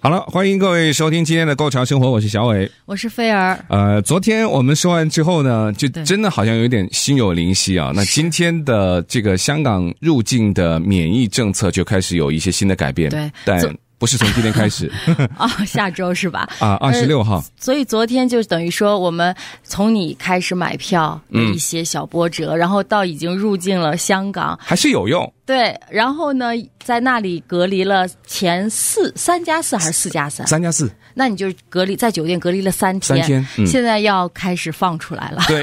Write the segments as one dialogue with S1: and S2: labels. S1: 好了，欢迎各位收听今天的《购潮生活》，我是小伟。
S2: 我是 菲儿，
S1: 呃，昨天我们说完之后呢，就
S2: 对
S1: 真的好像有点心有灵犀啊。那今天的这个香港入境的免疫政策就开始有一些新的改变，
S2: 对
S1: 但
S2: 昨
S1: 不是从今天开 始
S2: 啊、下周是吧？
S1: 啊，二十六号，
S2: 所以昨天就等于说，我们从你开始买票的
S1: 嗯
S2: 一些小波折，然后到已经入境了香港，
S1: 还是有用。
S2: 对，然后呢，在那里隔离了前四三加四还是四加三？
S1: 三加四，
S2: 那你就隔离在酒店隔离了三天，
S1: 三天嗯
S2: 现在要开始放出来了，
S1: 对，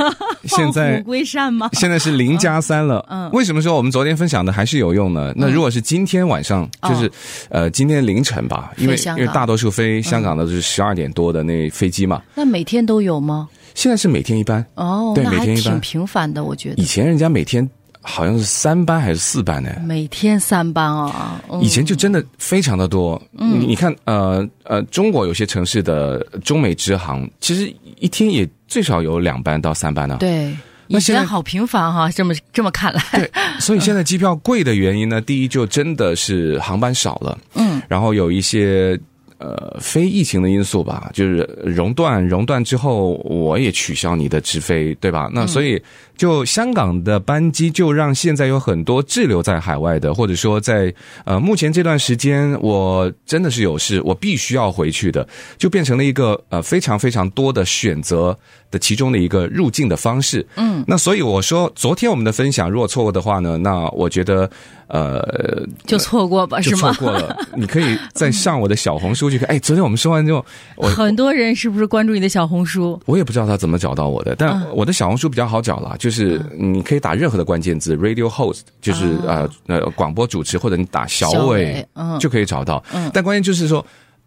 S1: 现
S2: 放
S1: 在
S2: 虎归山吗？
S1: 现在是零加三了。嗯，为什么说我们昨天分享的还是有用
S2: 嗯
S1: 呢？那如果是今天晚上，就是呃今天凌晨吧，因为
S2: 哦飞香
S1: 因
S2: 港嗯
S1: 为大多数飞香港的就是十二点多的 那飞机嘛，
S2: 那每天都有吗？
S1: 现在是每天一班。
S2: 哦，
S1: 对
S2: 那
S1: 每
S2: 还
S1: 天一般
S2: 挺频繁的，我觉得
S1: 以前人家每天好像是三班还是四班呢？
S2: 每天三班啊，嗯
S1: 以前就真的非常的多，你你看，呃呃，中国有些城市的中美直航，其实一天也最少有两班到三班啊呢、
S2: 对，
S1: 那
S2: 以
S1: 现在
S2: 前好频繁哈、这么这么看来，
S1: 对，所以现在机票贵的原因呢，第一就真的是航班少了，
S2: 嗯，
S1: 然后有一些呃非疫情的因素吧，就是熔断，熔断之后我也取消你的直飞，对吧？那所以就香港的班机就让现在有很多滞留在海外的，或者说在呃目前这段时间我真的是有事，我必须要回去的，就变成了一个呃非常非常多的选择的其中的一个入境的方式。嗯，那所以我说昨天我们的分享如果错过的话呢，那我觉得呃
S2: 就错过吧，
S1: 就是错
S2: 啊吗？
S1: 过 了。你可以再上我的小红书去看。哎，昨天我们说完之后， 我
S2: 很多人是不是关注你的小红书？
S1: 我也不知道他怎么找到我的，
S2: 嗯
S1: 但我的小红书比较好找啦，就是你可以打任何的关键字，radio host，就是呃呃广播主持，或者你打小
S2: 嗯小
S1: 伟
S2: 伟嗯
S1: 就可以找到
S2: 嗯。
S1: 但关键就是说，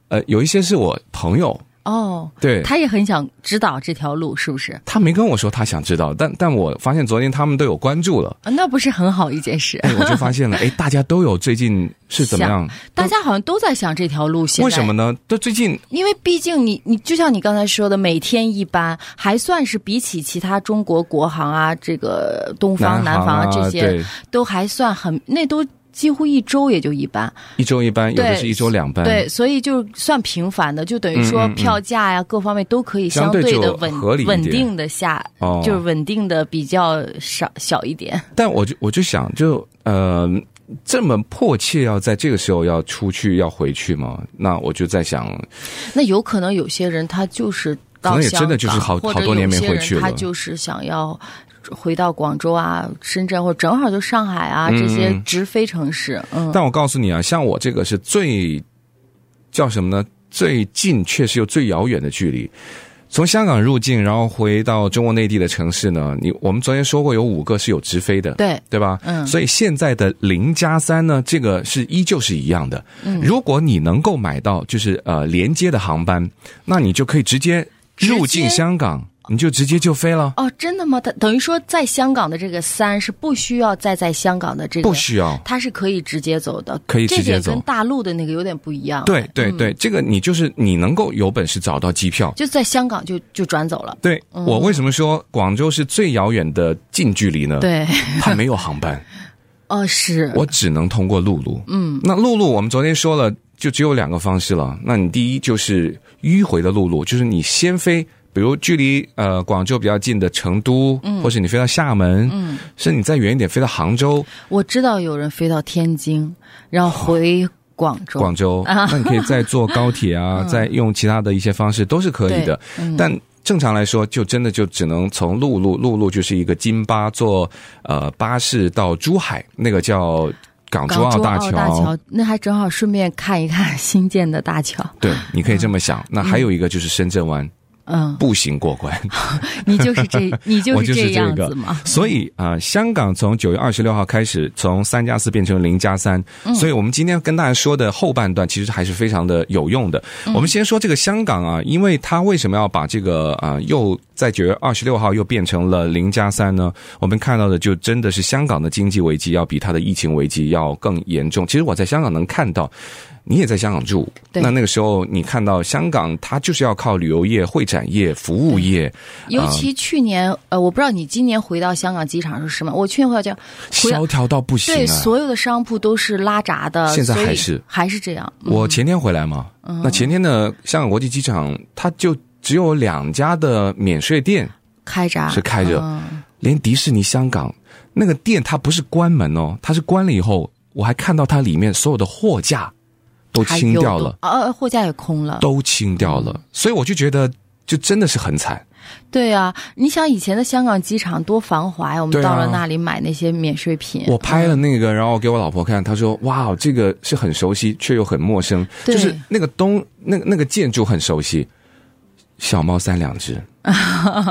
S1: 呃，有一些是我朋友，
S2: 哦，
S1: 对
S2: 他也很想指导这条路，是不是？
S1: 他没跟我说他想知道，但但我发现昨天他们都有关注 了。
S2: 啊那不是很好一件事。
S1: 哎，我就发现了，哎，大家都有最近是怎么样？
S2: 大家好像都在想这条路线，
S1: 为什么？呢？都最近
S2: 因为毕竟你你就像你刚才说的，每天一班，还算是比起其他中国国航啊、这个东方、
S1: 南航
S2: 南方
S1: 啊
S2: 这些
S1: 对，
S2: 都还算很，那都几乎一周也就一班。
S1: 一周一班，有的
S2: 对
S1: 是一周两班，
S2: 对，所以就算频繁的，就等于说
S1: 嗯嗯嗯嗯
S2: 票价呀、各方面都可以
S1: 相对
S2: 对的
S1: 就
S2: 稳
S1: 合理一点
S2: 稳定的下，
S1: 哦
S2: 就是稳定的比较少小一点。
S1: 但我就我就想，就呃，这么迫切要在这个时候要出去要回去吗？那我就在想，
S2: 那有可能有些人他就是
S1: 可
S2: 到
S1: 能也
S2: 香港，
S1: 真的就是好
S2: 或者
S1: 好多年没回
S2: 有些
S1: 去了
S2: 人他就是想要回到广州啊、深圳或者正好就上海啊这些直飞城市。嗯，
S1: 嗯但我告诉你啊，像我这个是最叫什么呢？最近确实又最遥远的距离。从香港入境，然后回到中国内地的城市呢，你我们昨天说过有五个是有直飞的，
S2: 对
S1: 对吧？
S2: 嗯
S1: 所以现在的零加三呢，这个是依旧是一样的。嗯，如果你能够买到就是呃连接的航班，那你就可以直接入
S2: 直接
S1: 境香港，你就直接就飞了，
S2: 哦，真的吗？他等于说在香港的这个三是不需要再在香港的这个，
S1: 不需要。
S2: 它是可以直接走的，
S1: 可以直接
S2: 这点
S1: 走
S2: 跟大陆的那个有点不一样。。啊
S1: 对对对，这个你就是你能够有本事找到机票，
S2: 就在香港就就转走了，
S1: 对我为什么说广州是最遥远的近距离呢？，
S2: 对，
S1: 它没有航班，
S2: 哦是，
S1: 我只能通过陆路。嗯，那陆路我们昨天说了，就只有两个方式了。那你第一就是迂回的陆路，就是你先飞。比如距离呃广州比较近的成都，或是你飞到厦门，嗯，甚至你再远一点飞到杭州、
S2: 我知道有人飞到天津，然后回广州，
S1: 广 州，那你可以再坐高铁 啊，再用其他的一些方式都是可以的。但正常来说，就真的就只能从陆路，陆路就是一个津巴坐呃巴士到珠海，那个叫港珠
S2: 港
S1: 澳
S2: 珠
S1: 大
S2: 澳
S1: 桥。
S2: 大桥，那还正好顺便看一看新建的大桥。
S1: 对，你可以这么想。那还有一个就是深圳湾，
S2: 嗯，
S1: 步行过关。
S2: 你就是 这，你就
S1: 我就
S2: 是
S1: 是
S2: 样
S1: 个
S2: 子嘛。
S1: 所以啊、呃香港从九月二十六号开始，从三加四变成零加三，
S2: 嗯
S1: 所以我们今天跟大家说的后半段其实还是非常的有用的。
S2: 嗯
S1: 我们先说这个香港啊，因为它为什么要把这个啊、呃又在九月二十六号又变成了零加三呢？我们看到的就真的是香港的经济危机要比它的疫情危机要更严重。其实我在香港能看到。你也在香港住，
S2: 对
S1: 那那个时候你看到香港，它就是要靠旅游业、会展业、服务业，
S2: 尤其去年，呃，我不知道你今年回到香港机场是吗？我去年回到家，回到
S1: 萧条到不行、啊。
S2: 对，所有的商铺都是拉闸的，
S1: 现在
S2: 所以
S1: 还是
S2: 还是这样。嗯
S1: 我前天回来嘛，那前天的香港国际机场，它就只有两家的免税店
S2: 开闸
S1: 是开着，
S2: 嗯
S1: 连迪士尼香港那个店，它不是关门哦，它是关了以后，我还看到它里面所有的货架都
S2: 还
S1: 清
S2: 有
S1: 掉
S2: 的
S1: 了，，
S2: 啊啊，货架也空了。
S1: 都清掉了，所以我就觉得就真的是很惨。
S2: 对啊，你想以前的香港机场多繁华呀，我们
S1: 对啊
S2: 到了那里买那些免税品，
S1: 我拍了那个，然后给我老婆看，她说：“哇，这个是很熟悉，却又很陌生，
S2: 对
S1: 就是那个东那个那个建筑很熟悉。”小猫三两只，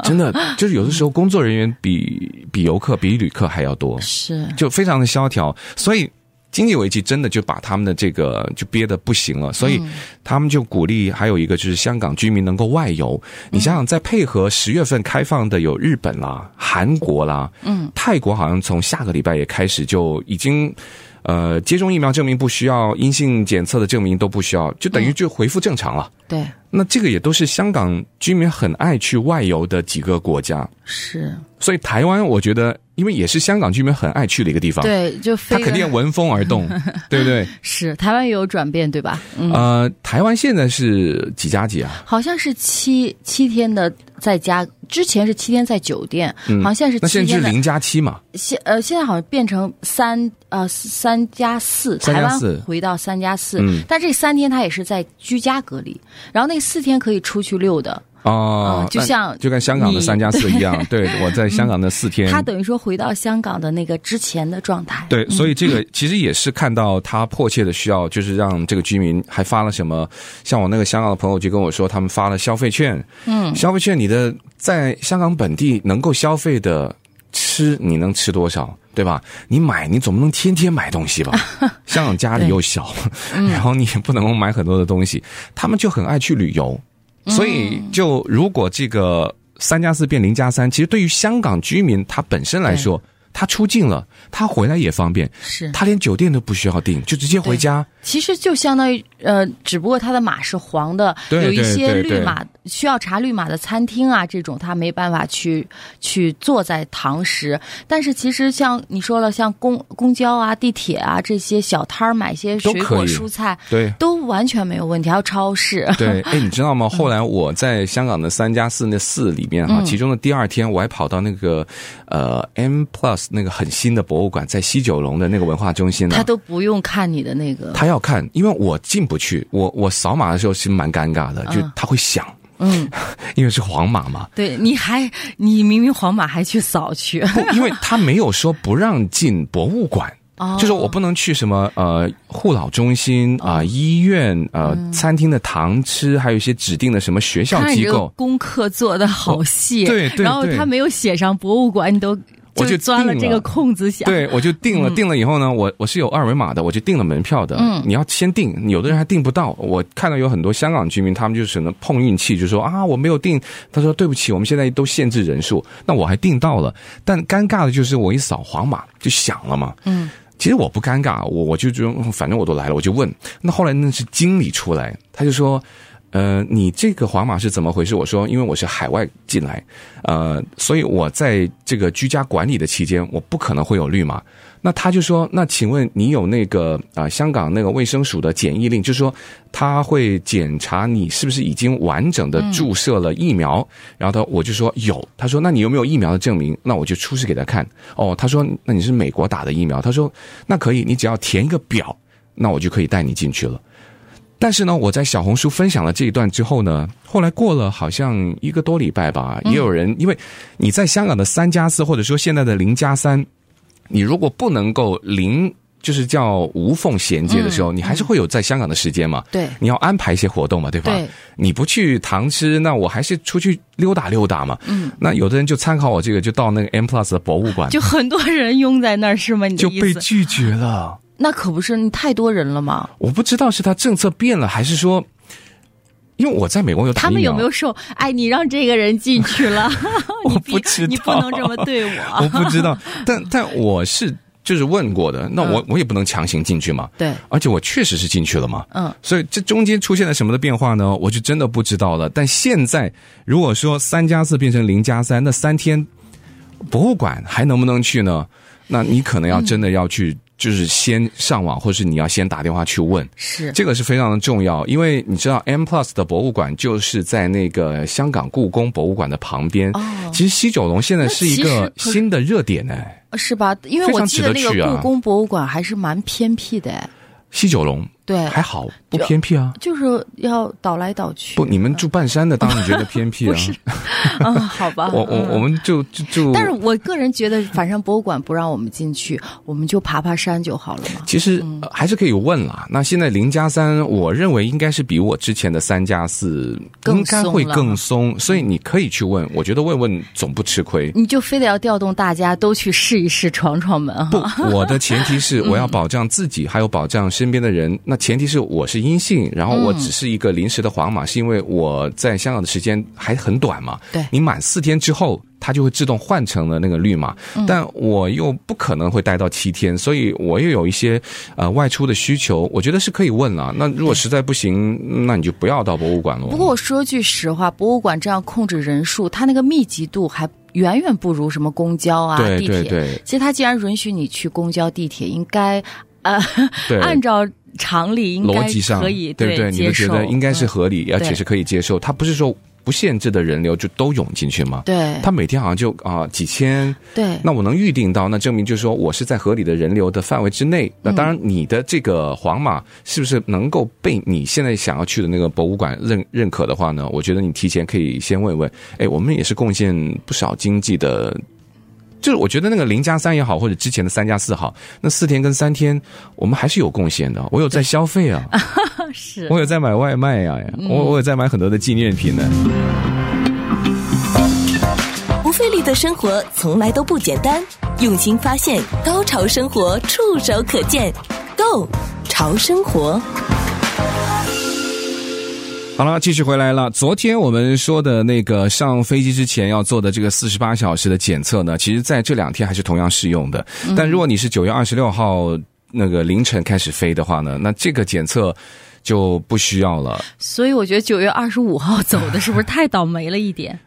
S1: 真的就是有的时候工作人员比比游客比旅客还要多，
S2: 是
S1: 就非常的萧条，所以。经济危机真的就把他们的这个就憋得不行了，所以他们就鼓励，还有一个就是香港居民能够外游。你想想，再配合十月份开放的有日本啦、韩国啦，嗯，泰国好像从下个礼拜也开始就已经，呃，接种疫苗证明不需要，阴性检测的证明都不需要，就等于就恢复正常了。
S2: 对
S1: 那这个也都是香港居民很爱去外游的几个国家，
S2: 是，
S1: 所以台湾我觉得，因为也是香港居民很爱去的一个地方，
S2: 对就非
S1: 他肯定闻风而 动，对不对？
S2: 是台湾也有转变，对吧？嗯，
S1: 呃，台湾现在是几加几啊？
S2: 好像是七七天的在家，之前是七天在酒店，好像现
S1: 嗯那
S2: 在是
S1: 现在
S2: 七天
S1: 是
S2: 的，
S1: 零加七嘛？
S2: 现呃现在好像变成三呃三加四，
S1: 三
S2: 台
S1: 加
S2: 湾
S1: 四
S2: 回到三加四
S1: 嗯，
S2: 但这三天他也是在居家隔离，然后那四天可以出去溜的，
S1: 哦
S2: 嗯，就
S1: 那
S2: 像
S1: 就跟香港的
S2: 你
S1: 三加四一样。对，我在香港的四天，
S2: 他等于说回到香港的那个之前的状态，
S1: 对，所以这个其实也是看到他迫切的需要，就是让这个居民还发了什么，像我那个香港的朋友就跟我说，他们发了消费券，嗯，消费券你的在香港本地能够消费的吃，你能吃多少？对吧？你买，你总不能天天买东西吧？香港家里又小，然后你也不能够买很多的东西，他们就很爱去旅游，
S2: 嗯
S1: 所以就如果这个三加四变零加三，其实对于香港居民他本身来说，他出境了，他回来也方便，
S2: 是。
S1: 他连酒店都不需要订，就直接回家。
S2: 其实就相当于呃，只不过它的码是黄的，
S1: 对
S2: 有一
S1: 对
S2: 些
S1: 对
S2: 绿
S1: 对
S2: 码需要查绿码的餐厅啊，这种它没办法去去坐在堂食。但是其实像你说了，像公公交啊、地铁啊这些小摊儿买些水
S1: 都可
S2: 果
S1: 以
S2: 蔬菜
S1: 对
S2: 都完全没有问题，还有超市。
S1: 对，哎，你知 道吗？后来我在香港的三加四那四里面
S2: 嗯
S1: 哈，其中的第二天我还跑到那个呃 M Plus 那个很新的博物馆，在西九龙 的那个文化中心呢啊
S2: 他。都不用看你的那个，
S1: 他要看，因为我进不去，我我扫码的时候是蛮尴尬的，就他会响，
S2: 嗯，
S1: 因为是黄码嘛，
S2: 对，你还你明明皇马还去扫去，
S1: 不，因为他没有说不让进博物馆。
S2: 哦
S1: 就是我不能去什么呃护老中心啊、医院呃、餐厅的堂吃，还有一些指定的什么学校
S2: 看来你
S1: 机
S2: 这个
S1: 构，
S2: 功课做的好细，
S1: 哦对对
S2: 然后
S1: 对
S2: 他没有写上博物馆，你都
S1: 我就
S2: 钻了
S1: 定
S2: 这个
S1: 了
S2: 空子想。
S1: 对我就订了，订了以后呢，我我是有二维码的，我就订了门票的。嗯，你要先订，有的人还订不到。我看到有很多香港居民，他们就只能碰运气，就说啊我没有订。他说对不起，我们现在都限制人数。那我还订到了，但尴尬的就是我一扫黄码就响了嘛。嗯，其实我不尴尬，我我就觉得嗯反正我都来了，我就问。那后来那是经理出来，他就说。呃，你这个黄码是怎么回事？我说，因为我是海外进来，呃，所以我在这个居家管理的期间，我不可能会有绿码。那他就说，那请问你有那个啊、呃香港那个卫生署的检疫令，就是说他会检查你是不是已经完整的注射了疫苗。然后他我就说有，他说那你有没有疫苗的证明？那我就出示给他看。哦，他说那你是美国打的疫苗。他说那可以，你只要填一个表，那我就可以带你进去了。但是呢，我在小红书分享了这一段之后呢，后来过了好像一个多礼拜吧，
S2: 嗯
S1: 也有人、因为你在香港的三加四，或者说现在的零加三，你如果不能够零就是叫无缝衔接的时候，你还是会有在香港的时间嘛？
S2: 嗯对
S1: 你要安排一些活动嘛，对吧？
S2: 对
S1: 你不去堂吃，那我还是出去溜达溜达嘛。嗯，那有的人就参考我这个，就到那个 M Plus 的博物馆，
S2: 就很多人拥在那儿是吗？你的
S1: 就
S2: 意
S1: 被
S2: 思？
S1: 拒绝了。
S2: 那可不是，你太多人了嘛。
S1: 我不知道是他政策变了，还是说，因为我在美国有打疫苗
S2: 他们有没有受？哎，你让这个人进 去了，
S1: 我
S2: 你
S1: 不知道
S2: 你不能这么对
S1: 我
S2: 我。
S1: 不 知道，但但我是就是问过的，那我我也不能强行进去嘛，
S2: 嗯对，
S1: 而且我确实是进去了嘛，
S2: 嗯，
S1: 所以这中间出现了什么的变化呢？我就真的不知道了。但现在如果说三加四变成零加三，那三天博物馆还能不能去呢？那你可能
S2: 嗯
S1: 要真的要去，就是先上网，或是你要先打电话去问。
S2: 是
S1: 这个是非常的重要，因为你知道 M Plus 的博物馆就是在那个香港故宫博物馆的旁边。
S2: 哦
S1: 其实西九龙现在是一
S2: 那
S1: 个
S2: 其实可
S1: 新的热点哎，
S2: 是吧？因为
S1: 非
S2: 我
S1: 常
S2: 记
S1: 值
S2: 得
S1: 得
S2: 那个
S1: 去啊
S2: 故宫博物馆还是蛮偏僻的，哎，
S1: 西九龙
S2: 对，
S1: 还好不
S2: 就
S1: 偏僻啊。
S2: 就是要倒来倒去。
S1: 不，你们住半山的，当然觉得偏僻啊
S2: 不。是嗯，好吧，
S1: 我我
S2: 嗯
S1: 我。们就就就，
S2: 但是我个人觉得，反正博物馆不让我们进去，我们就爬爬山就好了嘛。
S1: 其实、
S2: 嗯
S1: 呃还是可以问啦。那现在零加三，我认为应该是比我之前的三加四
S2: 更
S1: 应该会
S2: 松了
S1: 更松，所以你可以去问。我觉得问问总不吃亏。
S2: 你就非得要调动大家都去试一试、闯闯门哈。
S1: 不，我的前提 是我要
S2: 嗯
S1: 保障自己，还有保障身边的人。那前提是我是阴性，然后
S2: 嗯
S1: 我只是一个临时的黄码，是因为我在香港的时间还很短嘛。
S2: 对
S1: 你满四天之后，它就会自动换成了那个绿码。
S2: 嗯
S1: 但我又不可能会待到七天，所以我又有一些呃外出的需求，我觉得是可以问了。那如果实在不行，那你就不要到博物馆了。
S2: 不过我说句实话，博物馆这样控制人数，它那个密集度还远远不如什么公交啊、
S1: 对
S2: 地铁。
S1: 对对
S2: 其实它既然允许你去公交、地铁，应该呃，
S1: 对，
S2: 按照常理应该
S1: 逻辑上
S2: 可以
S1: 对不对？你
S2: 接
S1: 们觉
S2: 受，
S1: 得应该是
S2: 嗯
S1: 合理，而且
S2: 对
S1: 是可以接受。它不是说不限制的人流就都涌进去吗？
S2: 对，
S1: 它每天好像就啊、几千，
S2: 对
S1: 那我能预定到，那证明就是说我是在合理的人流的范围之内。
S2: 嗯
S1: 那当然，你的这个黄码是不是能够被你现在想要去的那个博物馆认认可的话呢？我觉得你提前可以先问问，哎，我们也是贡献不少经济的。就是我觉得那个零加三也好，或者之前的三加四好，那四天跟三天，我们还是有贡献的。我有在消费啊，
S2: 是
S1: 我有在买外卖呀、我我有在买很多的纪念品呢、
S3: 不费力的生活从来都不简单，用心发现，高潮生活触手可见 g o 潮生活。
S1: 好了，继续回来了。昨天我们说的那个上飞机之前要做的这个四十八小时的检测呢，其实在这两天还是同样适用的。但如果你是九月二十六号那个凌晨开始飞的话呢，那这个检测就不需要了。
S2: 所以我觉得九月二十五号走的是不是太倒霉了一点？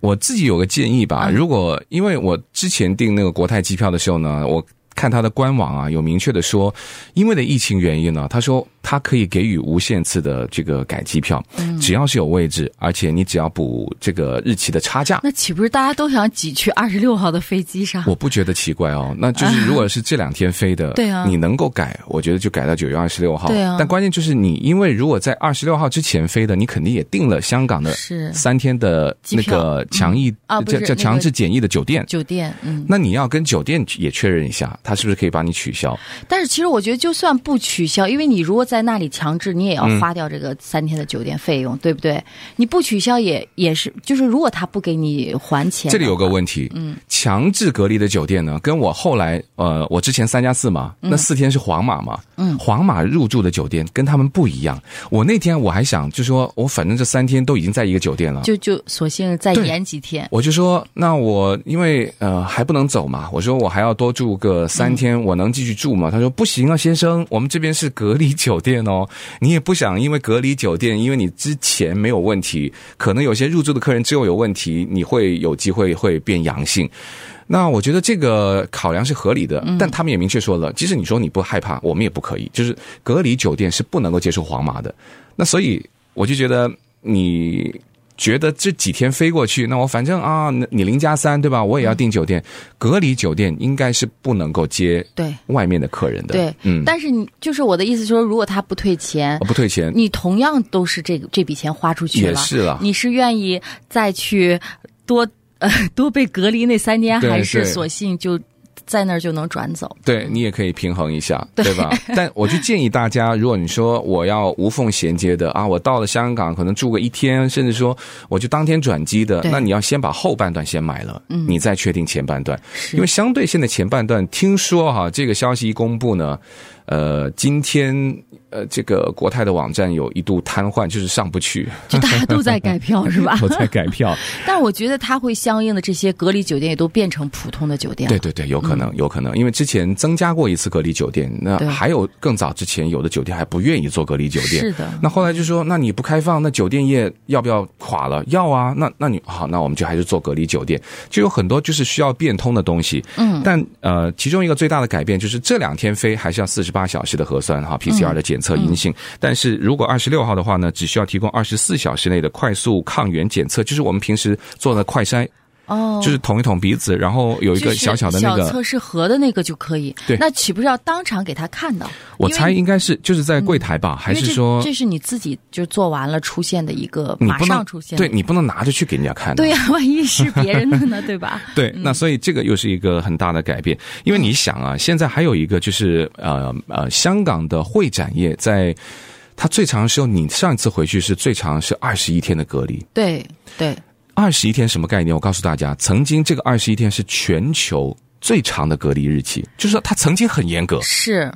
S1: 我自己有个建议吧，如果因为我之前订那个国泰机票的时候呢，我看它的官网啊有明确的说，因为的疫情原因呢，他说他可以给予无限次的这个改机票，只要是有位置，而且你只要补这个日期的差价。
S2: 那岂不是大家都想挤去二十六号的飞机上？
S1: 我不觉得奇怪哦，那就是如果是这两天飞的，
S2: 对啊
S1: 你能够改，我觉得就改到九月二十六号。
S2: 对啊
S1: 但关键就是你，因为如果在二十六号之前飞的，你肯定也订了香港的
S2: 是
S1: 三天的
S2: 机
S1: 那
S2: 票
S1: 个强疫
S2: 啊不
S1: 叫
S2: 是
S1: 叫
S2: 那个
S1: 强制检疫的酒店。
S2: 酒店，嗯，
S1: 那你要跟酒店也确认一下，他是不是可以把你取消？
S2: 但是其实我觉得，就算不取消，因为你如果在那里强制，你也
S1: 嗯
S2: 要发掉这个三天的酒店费用，对不对？你不取消也也是，就是如果他不给你还钱，
S1: 这里有个问题，嗯，强制隔离的酒店呢，跟我后来呃，我之前三加四嘛，那四天是黄码嘛，嗯，黄码入住的酒店跟他们不一样。我那天我还想，就说我反正这三天都已经在一个酒店了。
S2: 就就索性再
S1: 对
S2: 延几天，
S1: 我就说，那我因为呃还不能走嘛，我说我还要多住个三天，我能继续住吗？他说不行啊，先生，我们这边是隔离酒店哦，你也不想因为隔离酒店，因为你之前没有问题，可能有些入住的客人之后有问题，你会有机会会变阳性。那我觉得这个考量是合理的，但他们也明确说了，即使你说你不害怕，我们也不可以，就是隔离酒店是不能够接受黄码的。那所以我就觉得你。觉得这几天飞过去，那我反正啊，你你零加三对吧？我也要订酒店，隔离酒店应该是不能够接
S2: 对
S1: 外面的客人的。
S2: 对，
S1: 嗯，哦
S2: 但是你就是我的意思，就是如果他不退钱
S1: 我，不退钱
S2: 你同样都是这个这笔钱花出去
S1: 也
S2: 了，
S1: 是了。
S2: 你是愿意 再去多呃多被隔离那三天，
S1: 对
S2: 还是
S1: 对
S2: 索性就在那儿就能转走。
S1: 对你也可以平衡一下，对 吧？但我就建议大家，如果你说我要无缝衔接的啊，我到了香港可能住个一天，甚至说我就当天转机的，
S2: 对
S1: 那你要先把后半段先买了，
S2: 嗯
S1: 你再确定前半段，
S2: 是
S1: 因为相对现在前半段，听说哈、这个消息一公布呢，呃，今天呃这个国泰的网站有一度瘫痪，就是上不去，
S2: 就大家都在改票是吧？
S1: 我在改票。
S2: 但我觉得它会相应的这些隔离酒店也都变成普通的酒店了。
S1: 对对对，有可能，有可能，因为之前增加过一次隔离酒店，那
S2: 对
S1: 还有更早之前，有的酒店还不愿意做隔离酒店。
S2: 是的
S1: 那后来就说，那你不开放，那酒店业要不要垮了？要啊，那那你好，那我们就还是做隔离酒店，就有很多就是需要变通的东西。嗯，但呃，其中一个最大的改变就是这两天飞还是要四十八小时的核酸
S2: 嗯
S1: 哈 PCR 的检测阴性，但是如果二十六号的话呢，只需要提供二十四小时内的快速抗原检测，就是我们平时做的快筛。
S2: 哦，
S1: 就是捅一捅鼻子，然后有一
S2: 就
S1: 个
S2: 是
S1: 小小的那个
S2: 测试盒的那个就可以。
S1: 对
S2: 那岂不是要当场给他看到？
S1: 我
S2: 因为
S1: 猜应该是就是在柜台吧，还
S2: 嗯因为
S1: 是
S2: 这
S1: 说
S2: 这是你自己就做完了出现的一个
S1: 你
S2: 马
S1: 不能
S2: 上出现的
S1: 对你不能拿着去给人家看的？
S2: 对呀、万一是别人的呢，对吧？
S1: 对那所以这个又是一个很大的改变，因为你
S2: 嗯
S1: 想啊，现在还有一个就是呃呃，香港的会展业在。它最长的时候，你上一次回去是最长是二十一天的隔离。
S2: 对对，
S1: 二十一天什么概念？我告诉大家，曾经这个二十一天是全球最长的隔离日期，就是说它曾经很严格，
S2: 是，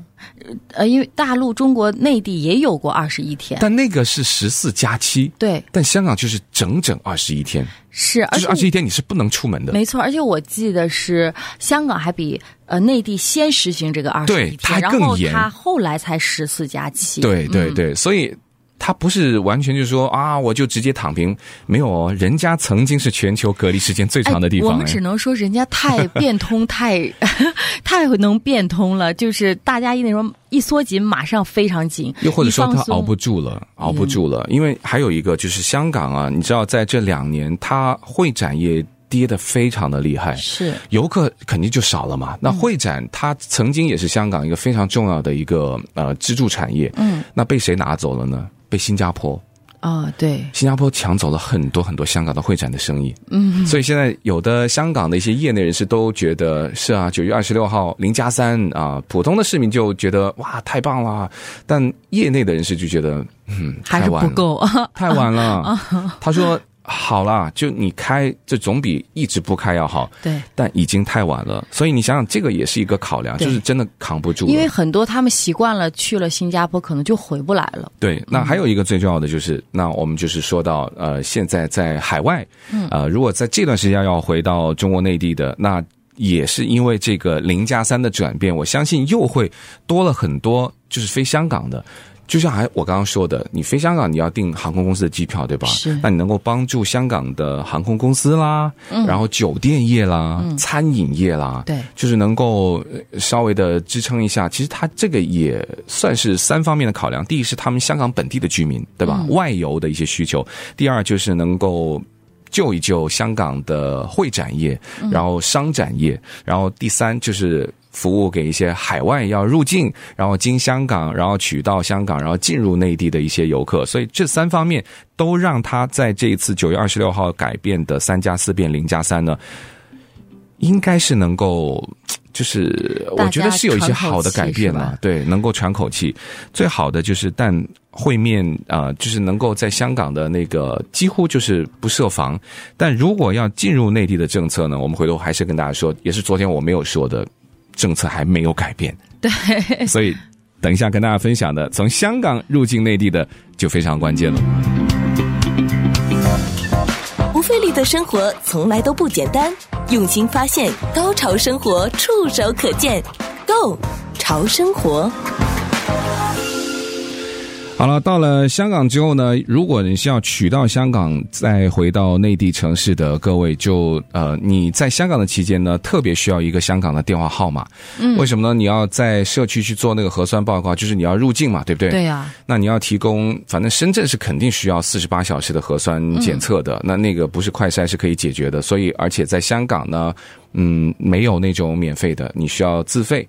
S2: 呃，因为大陆中国内地也有过二十一天，
S1: 但那个是十四加七，
S2: 对，
S1: 但香港就是整整二十一天，
S2: 是，
S1: 就
S2: 而
S1: 是
S2: 且
S1: 二十一天你是不能出门的。
S2: 没错，而且我记得是香港还比呃内地先实行这个二十
S1: 对
S2: 一
S1: 它
S2: 天，
S1: 还
S2: 然
S1: 更
S2: 后
S1: 严
S2: 它后来才十四加七，
S1: 对对
S2: 嗯
S1: 对，所以他不是完全就说啊，我就直接躺平，没有哦，人家曾经是全球隔离时间最
S2: 哎
S1: 长的地
S2: 我
S1: 方、
S2: 们只
S1: 哎。
S2: 能说人家太 变通，太 太能变通了。就是大家一那种一缩紧，马上非常紧，
S1: 又或者说
S2: 一嗯
S1: 他
S2: 放松
S1: 熬不住了，熬不住了，因为还有一个就是香港啊，你知道在这两年，它会展业跌得非常的厉害，
S2: 是嗯
S1: 游客肯定就少了嘛。那会展它曾经也是香港一个非常重要的一个呃支柱产业，
S2: 嗯，
S1: 那被谁拿走了呢？被新加坡，
S2: 啊、对，
S1: 新加坡抢走了很多很多香港的会展的生意，嗯，所以现在有的香港的一些业内人士都觉得是啊，九月二十六号零加三啊，普通的市民就觉得哇太棒了，但业内的人士就觉得嗯
S2: 还
S1: 太
S2: 是
S1: 晚
S2: 不
S1: 了，
S2: 够。 哦
S1: 太晚了。他说好啦，就你开这总比一直不开要好，
S2: 对，
S1: 但已经太晚了。所以你想想，这个也是一个考量，
S2: 对
S1: 就是真的扛不住了，
S2: 因为很多他们习惯了去了新加坡，可能就回不来了。嗯
S1: 对，那还有一个最重要的就是，那我们就是说到呃，现在在海外，
S2: 嗯
S1: 呃，如果在这段时间要回到中国内地的，那也是因为这个零加三的转变，我相信又会多了很多，就是飞香港的。就像还我刚刚说的，你飞香港你要订航空公司的机票，对吧？
S2: 是
S1: 那你能够帮助香港的航空公司啦，然后酒店业啦、餐饮业啦，
S2: 嗯对
S1: 就是能够呃稍微的支撑一下。其实它这个也算是三方面的考量：第一是他们香港本地的居民，对吧？外游的一些需求；第二就是能够。救一救香港的会展业，然后商展业，然后第三就是服务给一些海外要入境，然后经香港，然后取到香港，然后进入内地的一些游客，所以这三方面都让他在这一次九月二十六号改变的三加四变零加三呢，应该是能够，就是
S2: 大家
S1: 我觉得是有一些好的改变
S2: 喘口气是
S1: 了
S2: 吧，
S1: 对，能够喘口气。最好的就是，但会面啊、呃就是能够在香港的那个几乎就是不设防。但如果要进入内地的政策呢，我们回头还是跟大家说，也是昨天我没有说的，政策还没有改变。对，所以等一下跟大家分享的，从香港入境内地的就非常关键了。
S3: 不费力的生活从来都不简单，用心发现，高潮生活触手可见 g o 潮生活。
S1: 好了，到了香港之后呢，如果你是要取到香港再回到内地城市的各位，就呃你在香港的期间呢，特别需要一个香港的电话号码。嗯，为什么呢？你要在社区去做那个核酸报告，就是你要入境嘛，对不对？
S2: 对啊呀、
S1: 那你要提供，反正深圳是肯定需要四十八小时的核酸检测
S2: 嗯
S1: 的，那那个不是快筛是可以解决的，所以而且在香港呢，嗯，没有那种免费的，你需要自费。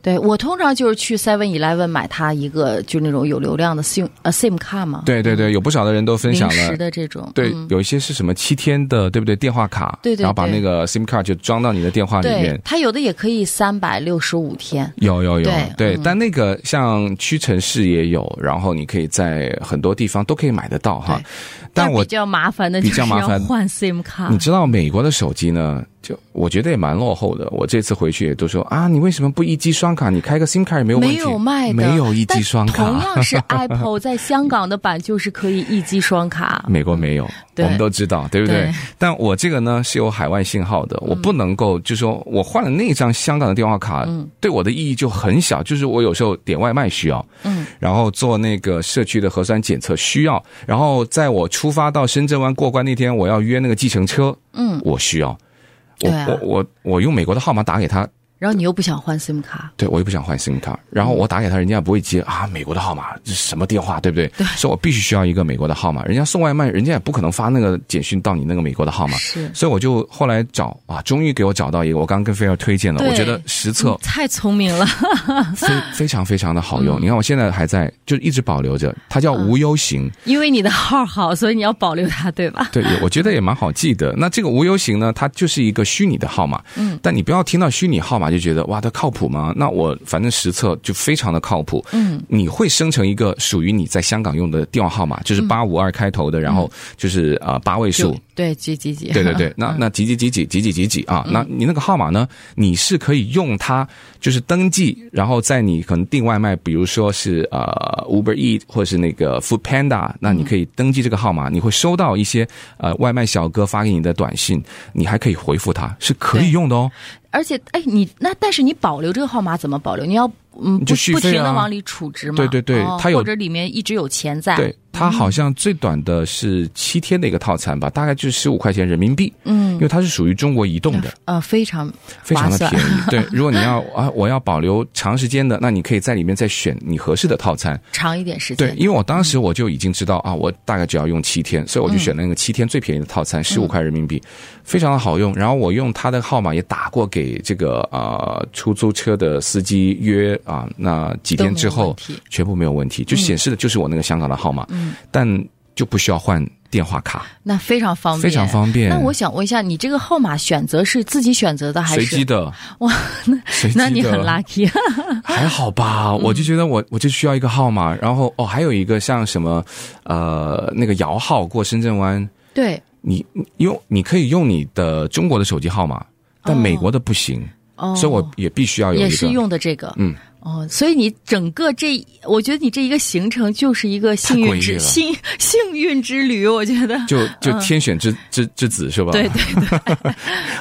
S2: 对我通常就是去 Seven Eleven 买它一个就那种有流量的 SIM 呃 SIM 卡嘛，
S1: 对对对，有不少的人都分享
S2: 临时
S1: 了。
S2: 的这种，
S1: 对
S2: 嗯，
S1: 有一些是什么七天的，对不对？电话卡，
S2: 对对
S1: 然后把
S2: 对
S1: 那个 SIM 卡就装到你的电话里面
S2: 嗯对，，它有的也可以三百六十五天，
S1: 有有有，
S2: 对嗯
S1: 但那个像屈臣氏也有，然后你可以在很多地方都可以买得到哈
S2: 对。
S1: 但我
S2: 比较嗯麻烦的
S1: 比
S2: 就
S1: 较
S2: 是
S1: 麻
S2: 要
S1: 烦
S2: 换 SIM 卡
S1: 你，知道美国的手机呢，就我觉得也蛮落后的。我这次回去也都说啊，你为什么不一机双卡？你开个 SIM 卡也没有问题，
S2: 没有卖的，
S1: 没有一机双
S2: 但同
S1: 卡。
S2: 样是 Apple 在香港的版就是可以一机双卡，
S1: 美国没有，
S2: 对
S1: 我们都知道，对不对？
S2: 对嗯
S1: 但我这个呢是有海外信号的，我不能够就说我换了那张香港的电话卡，对我的意义就很小。就是我有时候点外卖需要，
S2: 嗯，
S1: 然后做那个社区的核酸检测需要，然后在我出发到深圳湾过关那天，我要约那个计程车，
S2: 嗯，
S1: 我需要。我、
S2: 对啊
S1: 我我我用美国的号码打给他，
S2: 然后你又不想换 SIM 卡，
S1: 对我又不想换 SIM 卡，然后
S2: 嗯
S1: 我打给他，人家也不会接啊，美国的号码这是什么电话，对不对？对，所以我必须需要一个美国的号码。人家送外卖，人家也不可能发那个简讯到你那个美国的号码，
S2: 是
S1: 所以我就后来找啊，终于给我找到一个，我刚刚跟菲儿推荐了，
S2: 对嗯
S1: 我觉得实测
S2: 你太聪明了，
S1: 非 非常非常的好
S2: 嗯
S1: 用。你看我现在还在，就一直保留着，它叫无忧型。
S2: 因为你的号好，所以你要保留它，对吧？
S1: 对，也我觉得也蛮好记的。那这个无忧型呢，它就是一个虚拟的号码，嗯，但你不要听到虚拟号码就觉得哇，它靠谱吗？那我反正实测就非常的靠谱，嗯，你会生成一个属于你在香港用的电话号码，就是八五二开头的，然后就是呃八位数
S2: 就，对，几几几，
S1: 对对对，
S2: 嗯
S1: 那那几几几几几几几几啊？那你那个号码呢？你是可以用它，就是登记，然后在你可能订外卖，比如说是呃 Uber Eat 或者是那个 Food Panda，那
S2: 嗯
S1: 你可以登记这个号码，你会收到一些呃外卖小哥发给你的短信，你还可以回复他，是可以
S2: 对
S1: 用的哦。
S2: 而且，哎，你那但是你保留这个号码怎么保留？你要嗯，
S1: 你
S2: 不
S1: 就续
S2: 不
S1: 费啊
S2: 停的往里储值嘛？
S1: 对对对
S2: 哦
S1: 它有
S2: 或者里面一直有钱在。
S1: 对，它
S2: 嗯
S1: 好像最短的是七天的一个套餐吧，大概就是十五块钱人民币，
S2: 嗯
S1: 因为它是属于中国移动的。
S2: 呃，非常
S1: 非常的
S2: 划算
S1: 便 宜，对。如果你要啊，我要保留长时间的，那你可以在里面再选你合适的套餐。
S2: 长一点时间。
S1: 对，因为我当时我就已经知道啊，我大概只要用七天，所以
S2: 嗯
S1: 我就选了那个七天最便宜的套餐，十五块人民币，非常的好用。然后我用他的号码也打过给这个啊、呃出租车的司机约啊、那几天之
S2: 都没有
S1: 后
S2: 问题嗯
S1: 全部没有问题，就显示的就是我那个香港的号码，但就不需要换电话卡，
S2: 那非常方便，
S1: 非常方便。
S2: 那我想问一下，你这个号码选择是自己选择的还
S1: 随机
S2: 是？
S1: 的，
S2: 哇，
S1: 随机的，
S2: 那你很 lucky，
S1: 还好吧，
S2: 嗯
S1: 我就觉得我我就需要一个号码，然后哦，还有一个像什么，呃，那个摇号过深圳湾，
S2: 对
S1: 你你用你可以用你的中国的手机号码，但美国的不行，
S2: 哦，
S1: 所以我也必须要有
S2: 也
S1: 一
S2: 是
S1: 个。
S2: 用的这个，
S1: 嗯，
S2: 哦，所以你整个这一，我觉得你这一个行程就是一个幸
S1: 太诡
S2: 运
S1: 异
S2: 之
S1: 了
S2: 幸幸运之旅，我觉得，
S1: 就就天选之、之之子是吧？
S2: 嗯对对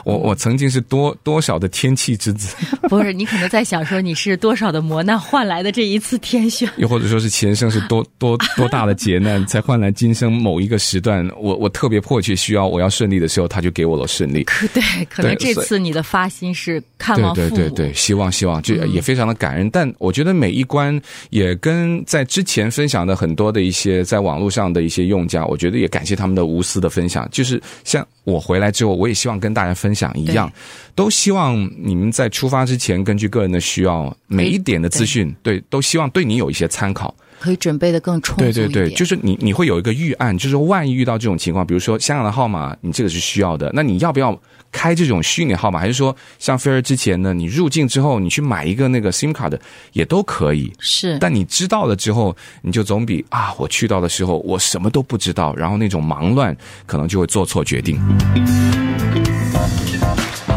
S1: 我我曾经是多多少的天气之子，
S2: 对，不是你可能在想说你是多少的磨难换来的这一次天选，
S1: 又或者说是前生是多 多多大的劫难，才换来今生某一个时段，我我特别迫切需要我要顺利的时候，他就给我了顺利。
S2: 可 对，可
S1: 对
S2: 能这
S1: 所以
S2: 次你的发心是看
S1: 对
S2: 望父
S1: 对
S2: 母，嗯
S1: 对对，希望希望，就也非常的感恩。但我觉得每一关也跟在之前分享的很多的一些在网络上的一些用家，我觉得也感谢他们的无私的分享。就是像我回来之后，我也希望跟大家分享一样，都希望你们在出发之前，根据个人的需要，每一点的资讯，对，都希望对你有一些参考。
S2: 可以准备的更充足
S1: 对
S2: 一
S1: 对
S2: 点，
S1: 对，就是你你会有一个预案，就是万一遇到这种情况，比如说香港的号码，你这个是需要的，那你要不要开这种虚拟号码？还是说像菲儿之前呢，你入境之后你去买一个那个 SIM 卡的也都可以。
S2: 是
S1: 但你知道了之后，你就总比啊，我去到的时候我什么都不知道，然后那种忙乱，可能就会做错决定。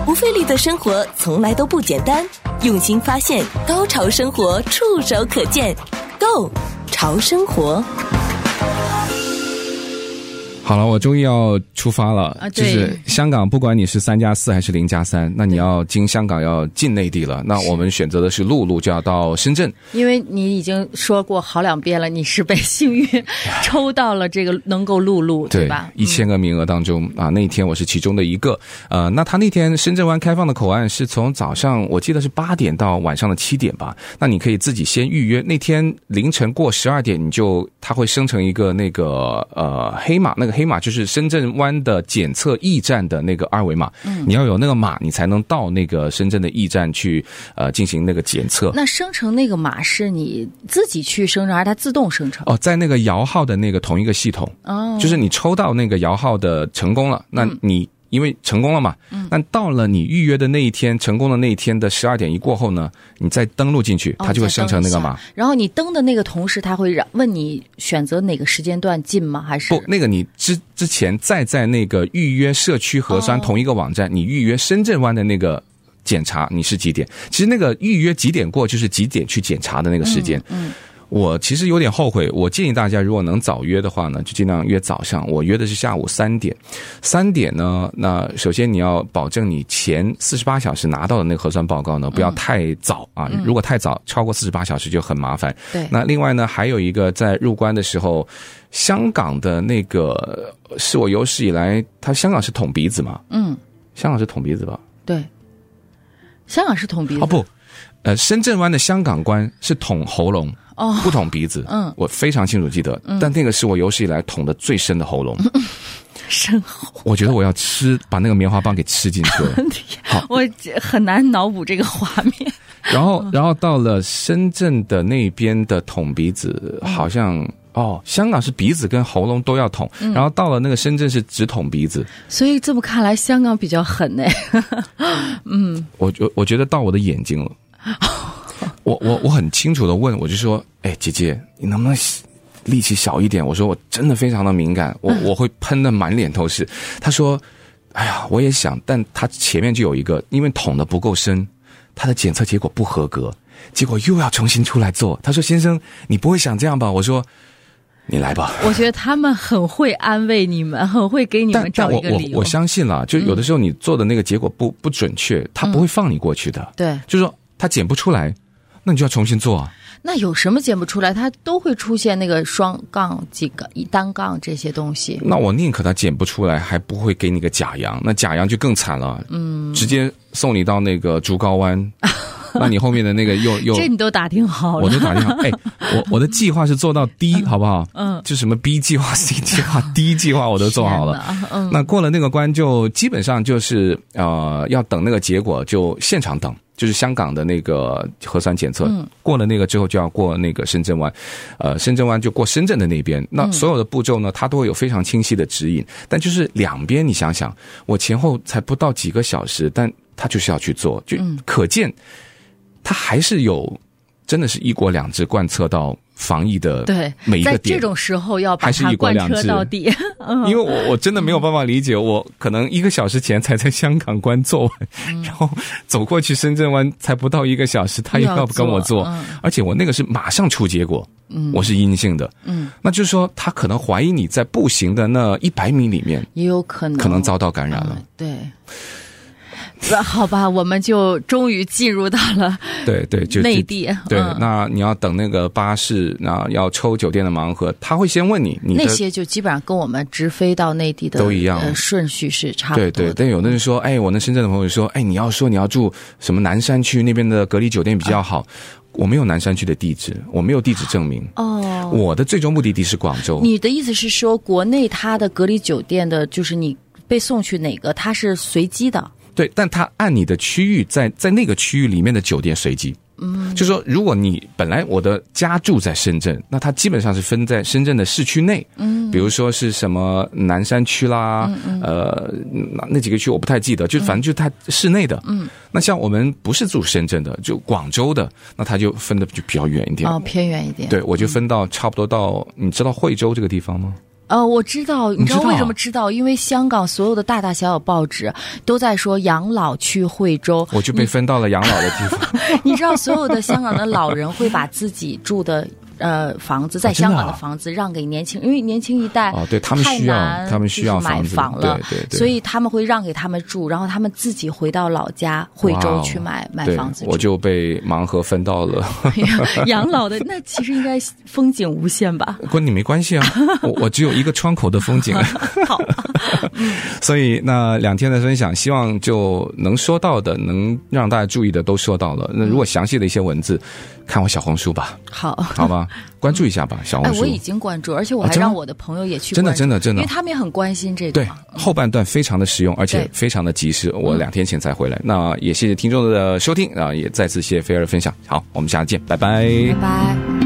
S3: 不费力的生活从来都不简单，用心发现，高潮生活触手可见 g o 潮生活，
S1: 好了，我终于要出发了。
S2: 啊
S1: 就
S2: 对
S1: 是香港，不管你是三加四还是零加三，那你要经香港要进内地了。那我们选择的是陆路，就要到深圳。
S2: 因为你已经说过好两遍了，你是被幸运 抽到了这个能够录录，
S1: 对
S2: 吧？嗯
S1: 一千个名额当中啊，那一天我是其中的一个。呃，那他那天深圳湾开放的口岸是从早上我记得是八点到晚上的七点吧。那你可以自己先预约，那天凌晨过十二点你就他会生成一个那个呃黑马，那个黑黑码，就是深圳湾的检测驿站的那个二维码，你要有那个码，你才能到那个深圳的驿站去呃进行那个检测。
S2: 那生成那个码是你自己去生成，还是它自动生成？
S1: 哦，在那个摇号的那个同一个系统，
S2: 哦，嗯
S1: 就是你抽到那个摇号的成功了，那你因为成功了嘛，那到了你预约的那一天，成功的那一天的十二点一过后呢，你再登录进去，
S2: 哦
S1: 它就会生成那个。
S2: 再
S1: 码
S2: 登一。下然后你登的那个同时，他会让问你选择哪个时间段进吗？还是
S1: 不，那个你之之前再在那个预约社区核酸
S2: 哦
S1: 同一个网站，你预约深圳湾的那个检查，你是几点？其实那个预约几点过就是几点去检查的那个时间。嗯，我其实有点后悔。我建议大家如果能早约的话呢，就尽量约早上。我约的是下午三点。三点呢，那首先你要保证你前四十八小时拿到的那个核酸报告呢，不要太早啊。如果太早，超过四十八小时就很麻烦。
S2: 对
S1: 那另外呢，还有一个在入关的时候，香港的那个呃是我有史以来，它香港是捅鼻子嘛？
S2: 嗯，
S1: 香港是捅鼻子吧？
S2: 对，香港是捅鼻子
S1: 哦不，呃，深圳湾的香港关是捅喉咙，
S2: 哦
S1: 不捅鼻子。
S2: 嗯，
S1: 我非常清楚记得，但那个是我有史以来捅的最深的喉咙，
S2: 深喉，
S1: 我觉得我要吃把那个棉花棒给吃进去了。
S2: 我这很难脑补这个画面。
S1: 然后，然后到了深圳的那边的捅鼻子，好像。哦，香港是鼻子跟喉咙都要捅，然后到了那个深圳是只捅鼻子，
S2: 所以这么看来，香港比较狠哎呢、
S1: 我觉我觉得到我的眼睛 了。我我我很清楚的问，我就说，哎，姐姐，你能不能力气小一点？我说我真的非常的敏感，
S2: 嗯
S1: 我我会喷的满脸都是。她说，哎呀，我也想，但她前面就有一个，因为捅的不够深，她的检测结果不合格，结果又要重新出来做。她说，先生，你不会想这样吧？我说，你来吧。
S2: 我觉得他们很会安慰你们，很会给你
S1: 但
S2: 们
S1: 但
S2: 找
S1: 我
S2: 一个
S1: 我
S2: 理由。嗯
S1: 我相信啦，就有的时候你做的那个结果不不准确，他不会放你过去的。
S2: 对，
S1: 就说他剪不出来，那你就要重新做啊。
S2: 那有什么剪不出来，它都会出现那个双杠、几个一单杠这些东西。
S1: 那我宁可他剪不出来，还不会给你个假羊，那假羊就更惨了，嗯，直接送你到那个竹篙 湾，那你后面的那个又又。
S2: 这你都打听好
S1: 我
S2: 了，
S1: 就打电话，哎，我我的计划是做到 D，好不好？嗯，就什么 B 计划、C 计划、D 计划我都做好了。
S2: 天哪嗯，
S1: 那过了那个关，就基本上就是呃，要等那个结果，就现场等，就是香港的那个核酸检测。
S2: 嗯
S1: 过了那个之后，就要过那个深圳湾，呃，深圳湾就过深圳的那边。那所有的步骤呢，它都会有非常清晰的指引。但就是两边，你想想，我前后才不到几个小时，但他就是要去做，就
S2: 嗯
S1: 可见他还是有，真的是一国两制贯彻到防疫的
S2: 对
S1: 每一，个
S2: 在
S1: 点。
S2: 这种时候要把
S1: 还是
S2: 它
S1: 一国
S2: 贯
S1: 两
S2: 彻
S1: 制
S2: 到 底。
S1: 因为我我真的没有办法理解，我可能一个小时前才在香港关做
S2: 嗯
S1: 完，然后走过去深圳湾才不到一个小时，他
S2: 又
S1: 又
S2: 要
S1: 要跟我做
S2: 做嗯，
S1: 而且我那个是马上出结果，我是阴性的，
S2: 嗯，
S1: 那就是说他可能怀疑你在步行的那一百米里面
S2: 也有可能，
S1: 可能遭到感染了
S2: 嗯，对。那好吧，我们就终于进入到了
S1: 对对，就
S2: 内
S1: 就
S2: 地。
S1: 对
S2: 嗯，
S1: 那你要等那个巴士，那要抽酒店的盲盒，他会先问你你的
S2: 那些就基本上跟我们直飞到内地的
S1: 都一样
S2: 呃顺序是差不
S1: 对
S2: 多
S1: 对，
S2: 的。
S1: 但有的人说，哎，我那深圳的朋友说，哎，你要说你要住什么南山区那边的隔离酒店比较好，我没有南山区的地址，我没有地址证明，
S2: 哦，
S1: 我的最终目的地是广州。
S2: 你的意思是说，国内它的隔离酒店的，就是你被送去哪个，它是随机的。
S1: 对，但他按你的区域在在那个区域里面的酒店随机。嗯，就说如果你本来我的家住在深圳，那它基本上是分在深圳的市区内。嗯，比如说是什么南山区啦，
S2: 嗯
S1: 呃，那那几个区我不太记得，就反正就它市内的。嗯，那像我们不是住深圳的，就广州的，那它就分的就比较远一点。
S2: 哦，偏远一点。，
S1: 对，我就分到差不多到，你知道惠州这个地方吗？
S2: 呃，我知道，你
S1: 你
S2: 知道
S1: 知道
S2: 为什么知道？因为香港所有的大大小小报纸都在说养老去惠州，
S1: 我就被分到了养老的地方。
S2: 你知道，所有的香港的老人会把自己住的呃房子，在
S1: 真
S2: 香
S1: 的啊
S2: 港的房子让给年轻，因为年轻一代
S1: 哦对他们
S2: 太
S1: 需要
S2: 难
S1: 他们需要
S2: 就是买
S1: 房子
S2: 房了，
S1: 对对对
S2: 所以他们会让给他们住，然后他们自己回到老家惠
S1: 哇
S2: 州
S1: 哦
S2: 去买买
S1: 对
S2: 房子，住。
S1: 我就 被盲盒分到了。
S2: 养老的那其实应该风景无限吧？
S1: 跟你没关系啊，我我只有一个窗口的风景，
S2: 好，
S1: 所以那两天的分享，希望就能说到的，能让大家注意的都说到了。那如果详细的一些文字，看我小红书 吧，
S2: 好，
S1: 好吧，关注一下吧，小
S2: 哎
S1: 红，书
S2: 我。已经关注，而且我
S1: 啊
S2: 还
S1: 真的
S2: 让我的朋友也去
S1: 真的
S2: 关注
S1: 真的真的
S2: 因为他们也很关心这个
S1: 对
S2: 嘛。，
S1: 后半段非常的实用，而且
S2: 对嗯
S1: 非常的及时。我两天前才回来，那也谢谢听众的收听啊，也再次谢谢菲儿的分享。好，我们下次见，拜拜
S2: 拜拜。